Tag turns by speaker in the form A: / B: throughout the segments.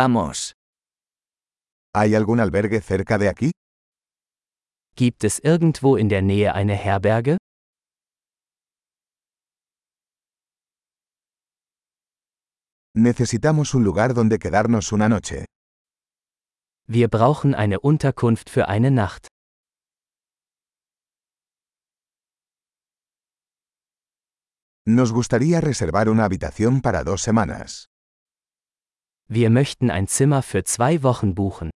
A: Vamos.
B: ¿Hay algún albergue cerca de aquí?
A: Gibt es irgendwo in der Nähe eine Herberge?
B: Necesitamos un lugar donde quedarnos una noche.
A: Wir brauchen eine Unterkunft für eine Nacht.
B: Nos gustaría reservar una habitación para dos semanas.
A: Wir möchten ein Zimmer für zwei Wochen buchen.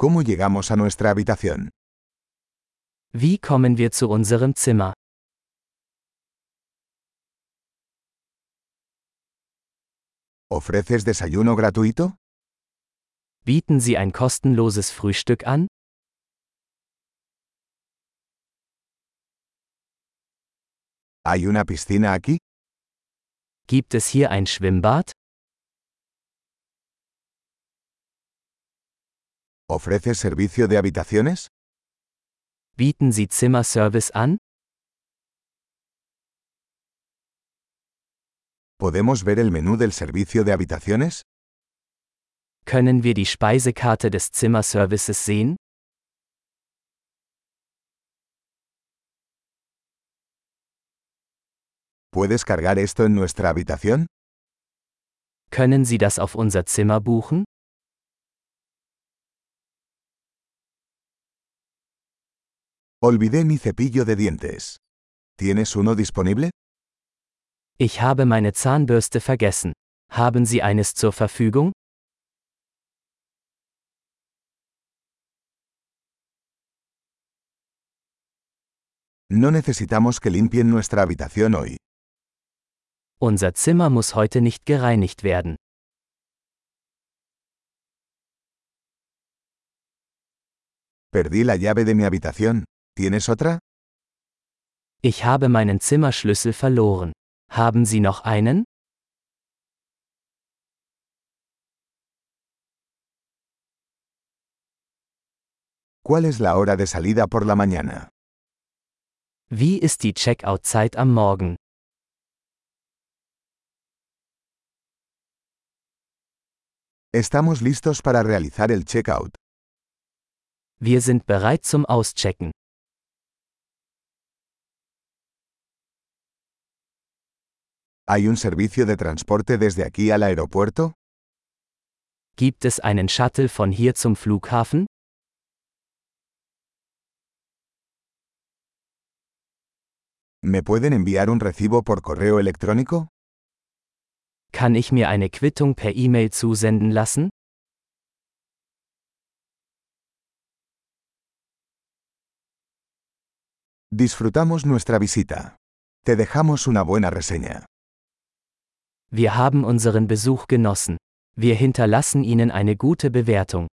B: ¿Cómo llegamos a nuestra habitación?
A: Wie kommen wir zu unserem Zimmer?
B: ¿Ofreces desayuno gratuito?
A: Bieten Sie ein kostenloses Frühstück an?
B: ¿Hay una piscina aquí?
A: Gibt es hier ein Schwimmbad?
B: ¿Ofreces servicio de habitaciones?
A: Bieten Sie Zimmerservice an?
B: ¿Podemos ver el menú del servicio de habitaciones?
A: Können wir die Speisekarte des Zimmerservices sehen?
B: ¿Puedes cargar esto en nuestra habitación?
A: Können Sie das auf unser Zimmer buchen?
B: Olvidé mi cepillo de dientes. ¿Tienes uno disponible?
A: Ich habe meine Zahnbürste vergessen. Haben Sie eines zur Verfügung?
B: No necesitamos que limpien nuestra habitación hoy.
A: Unser Zimmer muss heute nicht gereinigt werden.
B: Perdí la llave de mi habitación. ¿Tienes otra?
A: Ich habe meinen Zimmerschlüssel verloren. Haben Sie noch einen?
B: ¿Cuál es la hora de salida por la mañana?
A: Wie ist die Checkout-Zeit am Morgen?
B: Estamos listos para realizar el checkout.
A: Wir sind bereit zum Auschecken.
B: ¿Hay un servicio de transporte desde aquí al aeropuerto?
A: Gibt es einen Shuttle von hier zum Flughafen?
B: ¿Me pueden enviar un recibo por correo electrónico?
A: Kann ich mir eine Quittung per E-Mail zusenden lassen?
B: Disfrutamos nuestra visita. Te dejamos una buena reseña.
A: Wir haben unseren Besuch genossen. Wir hinterlassen Ihnen eine gute Bewertung.